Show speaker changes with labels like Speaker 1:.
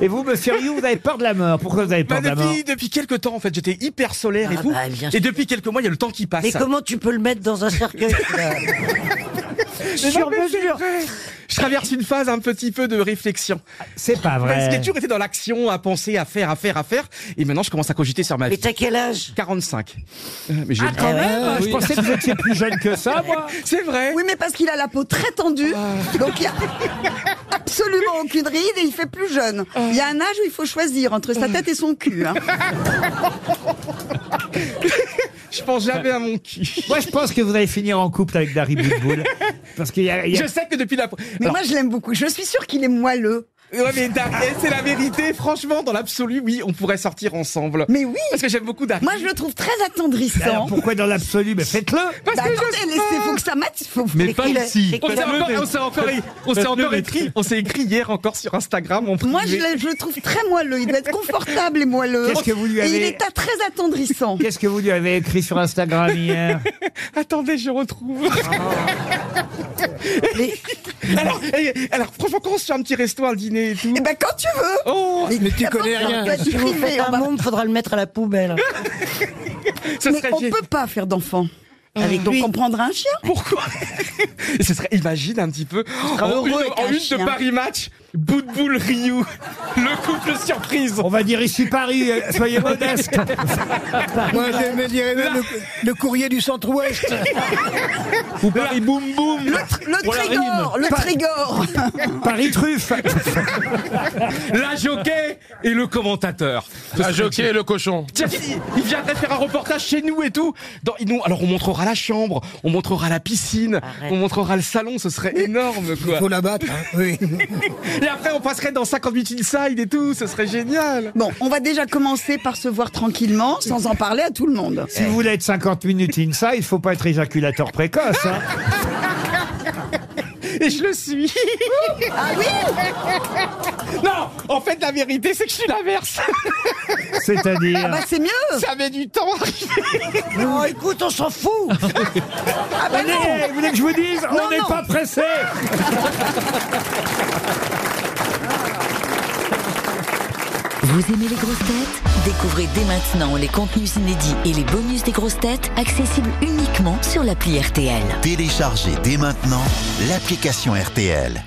Speaker 1: Et vous, monsieur Rioux, vous avez peur de la mort. Pourquoi vous avez peur
Speaker 2: Bah,
Speaker 1: de la mort
Speaker 2: depuis, depuis quelques temps, en fait, j'étais hyper solaire et
Speaker 3: Ah
Speaker 2: tout.
Speaker 3: bah, bien sûr.
Speaker 2: et depuis quelques mois, il y a le temps qui passe.
Speaker 3: Mais comment tu peux le mettre dans un cercueil Sur mesure.
Speaker 2: Je traverse une phase un petit peu de réflexion.
Speaker 1: C'est pas
Speaker 2: Parce que
Speaker 1: vrai.
Speaker 2: j'ai toujours été dans l'action, à penser, à faire, à faire, à faire. Et maintenant, je commence à cogiter sur ma
Speaker 3: Mais
Speaker 2: vie.
Speaker 3: t'as quel âge
Speaker 2: 45. Euh, Mais j'ai-
Speaker 3: Eh ouais.
Speaker 1: Ah, je pensais que vous étiez plus jeune que ça, moi.
Speaker 2: C'est vrai.
Speaker 4: Oui, mais parce qu'il a la peau très tendue, donc il n'y a absolument aucune ride et il fait plus jeune. Il y a un âge où il faut choisir entre sa tête et son cul. hein.
Speaker 2: Je pense jamais à mon cul.
Speaker 1: Moi, je pense que vous allez finir en couple avec Dari Boudboul. Parce qu'il y a. il y a-
Speaker 2: Je sais que depuis la.
Speaker 4: Mais
Speaker 2: Alors,
Speaker 4: moi, je l'aime beaucoup. Je suis sûre qu'il est moelleux.
Speaker 2: ouais, mais Dar- eh, c'est la vérité. Franchement, dans l'absolu, oui, on pourrait sortir ensemble.
Speaker 4: Mais oui
Speaker 2: Parce que j'aime beaucoup Dari.
Speaker 4: Moi, je le trouve très attendrissant.
Speaker 1: Alors, pourquoi dans l'absolu Mais faites-le
Speaker 2: Parce
Speaker 4: Bah,
Speaker 2: que je
Speaker 4: attendez, laissez, faut que ça mate. Faut, faut-
Speaker 5: Mais
Speaker 3: C'est
Speaker 5: pas
Speaker 3: qu'il est-
Speaker 5: ici.
Speaker 3: c'est
Speaker 2: On
Speaker 3: qu'il
Speaker 2: s'est
Speaker 3: est-
Speaker 2: encore, on s'est encore, on s'est encore écrit, on s'est écrit hier encore sur Instagram. en
Speaker 4: moi, je,
Speaker 2: privé.
Speaker 4: l'ai- je le trouve très moelleux. Il doit être confortable et moelleux.
Speaker 1: Qu'est-ce que vous lui
Speaker 4: Et il
Speaker 1: avez-
Speaker 4: est à- très attendrissant.
Speaker 1: Qu'est-ce que vous lui avez écrit sur Instagram hier
Speaker 2: Attendez, je retrouve.
Speaker 3: Mais-
Speaker 2: alors, eh, alors, franchement, quand on se fait un petit resto, un dîner et tout.
Speaker 4: Et ben, quand tu veux
Speaker 2: Oh,
Speaker 4: Mais tu connais
Speaker 3: Alors, toi, Si vous faites un monde, faudra le mettre à la poubelle.
Speaker 2: ce
Speaker 4: Mais
Speaker 2: serait
Speaker 4: on
Speaker 2: gé-
Speaker 4: peut pas faire d'enfant.
Speaker 3: Avec
Speaker 4: Donc
Speaker 3: lui.
Speaker 4: on prendra un chien.
Speaker 2: Pourquoi Et Ce serait, imagine un petit peu,
Speaker 3: seras
Speaker 2: en
Speaker 3: heureux
Speaker 2: une,
Speaker 3: avec
Speaker 2: en
Speaker 3: un
Speaker 2: une de
Speaker 3: chien.
Speaker 2: Paris Match, bout de boule Ryu, le couple surprise.
Speaker 1: On va dire ici Paris, euh, soyez modeste.
Speaker 6: Moi, je me dirais même ben, le, le courrier du centre-ouest.
Speaker 1: Ou Paris boum boum.
Speaker 4: Le Trégor, le Trégor.
Speaker 1: Paris truffe.
Speaker 2: La jockey et le commentateur.
Speaker 5: Un jockey et le cochon.
Speaker 2: Tiens, il, il viendrait faire un reportage chez nous et tout. Dans, ils nous- alors on montrera la chambre, on montrera la piscine,
Speaker 3: Arrête.
Speaker 2: on montrera le salon, ce serait énorme quoi.
Speaker 6: Faut l'abattre. hein, Oui.
Speaker 2: Et après on passerait dans 58 Inside et tout, ce serait génial.
Speaker 4: Bon, on va déjà commencer par se voir tranquillement, sans en parler à tout le monde.
Speaker 1: Si vous voulez être 50 minutes inside, il faut pas être éjaculateur précoce. hein.
Speaker 2: Et je le suis. Non, en fait la vérité c'est que je suis l'inverse.
Speaker 1: C'est-à-dire.
Speaker 4: Bah c'est mieux
Speaker 2: Ça met du temps.
Speaker 3: Oh, écoute, on s'en fout.
Speaker 1: Allez, vous voulez que je vous dise On n'est
Speaker 4: non.
Speaker 1: pas pressé
Speaker 7: Vous aimez les grosses têtes Découvrez dès maintenant les contenus inédits et les bonus des grosses têtes accessibles uniquement sur l'appli RTL.
Speaker 8: Téléchargez dès maintenant l'application RTL.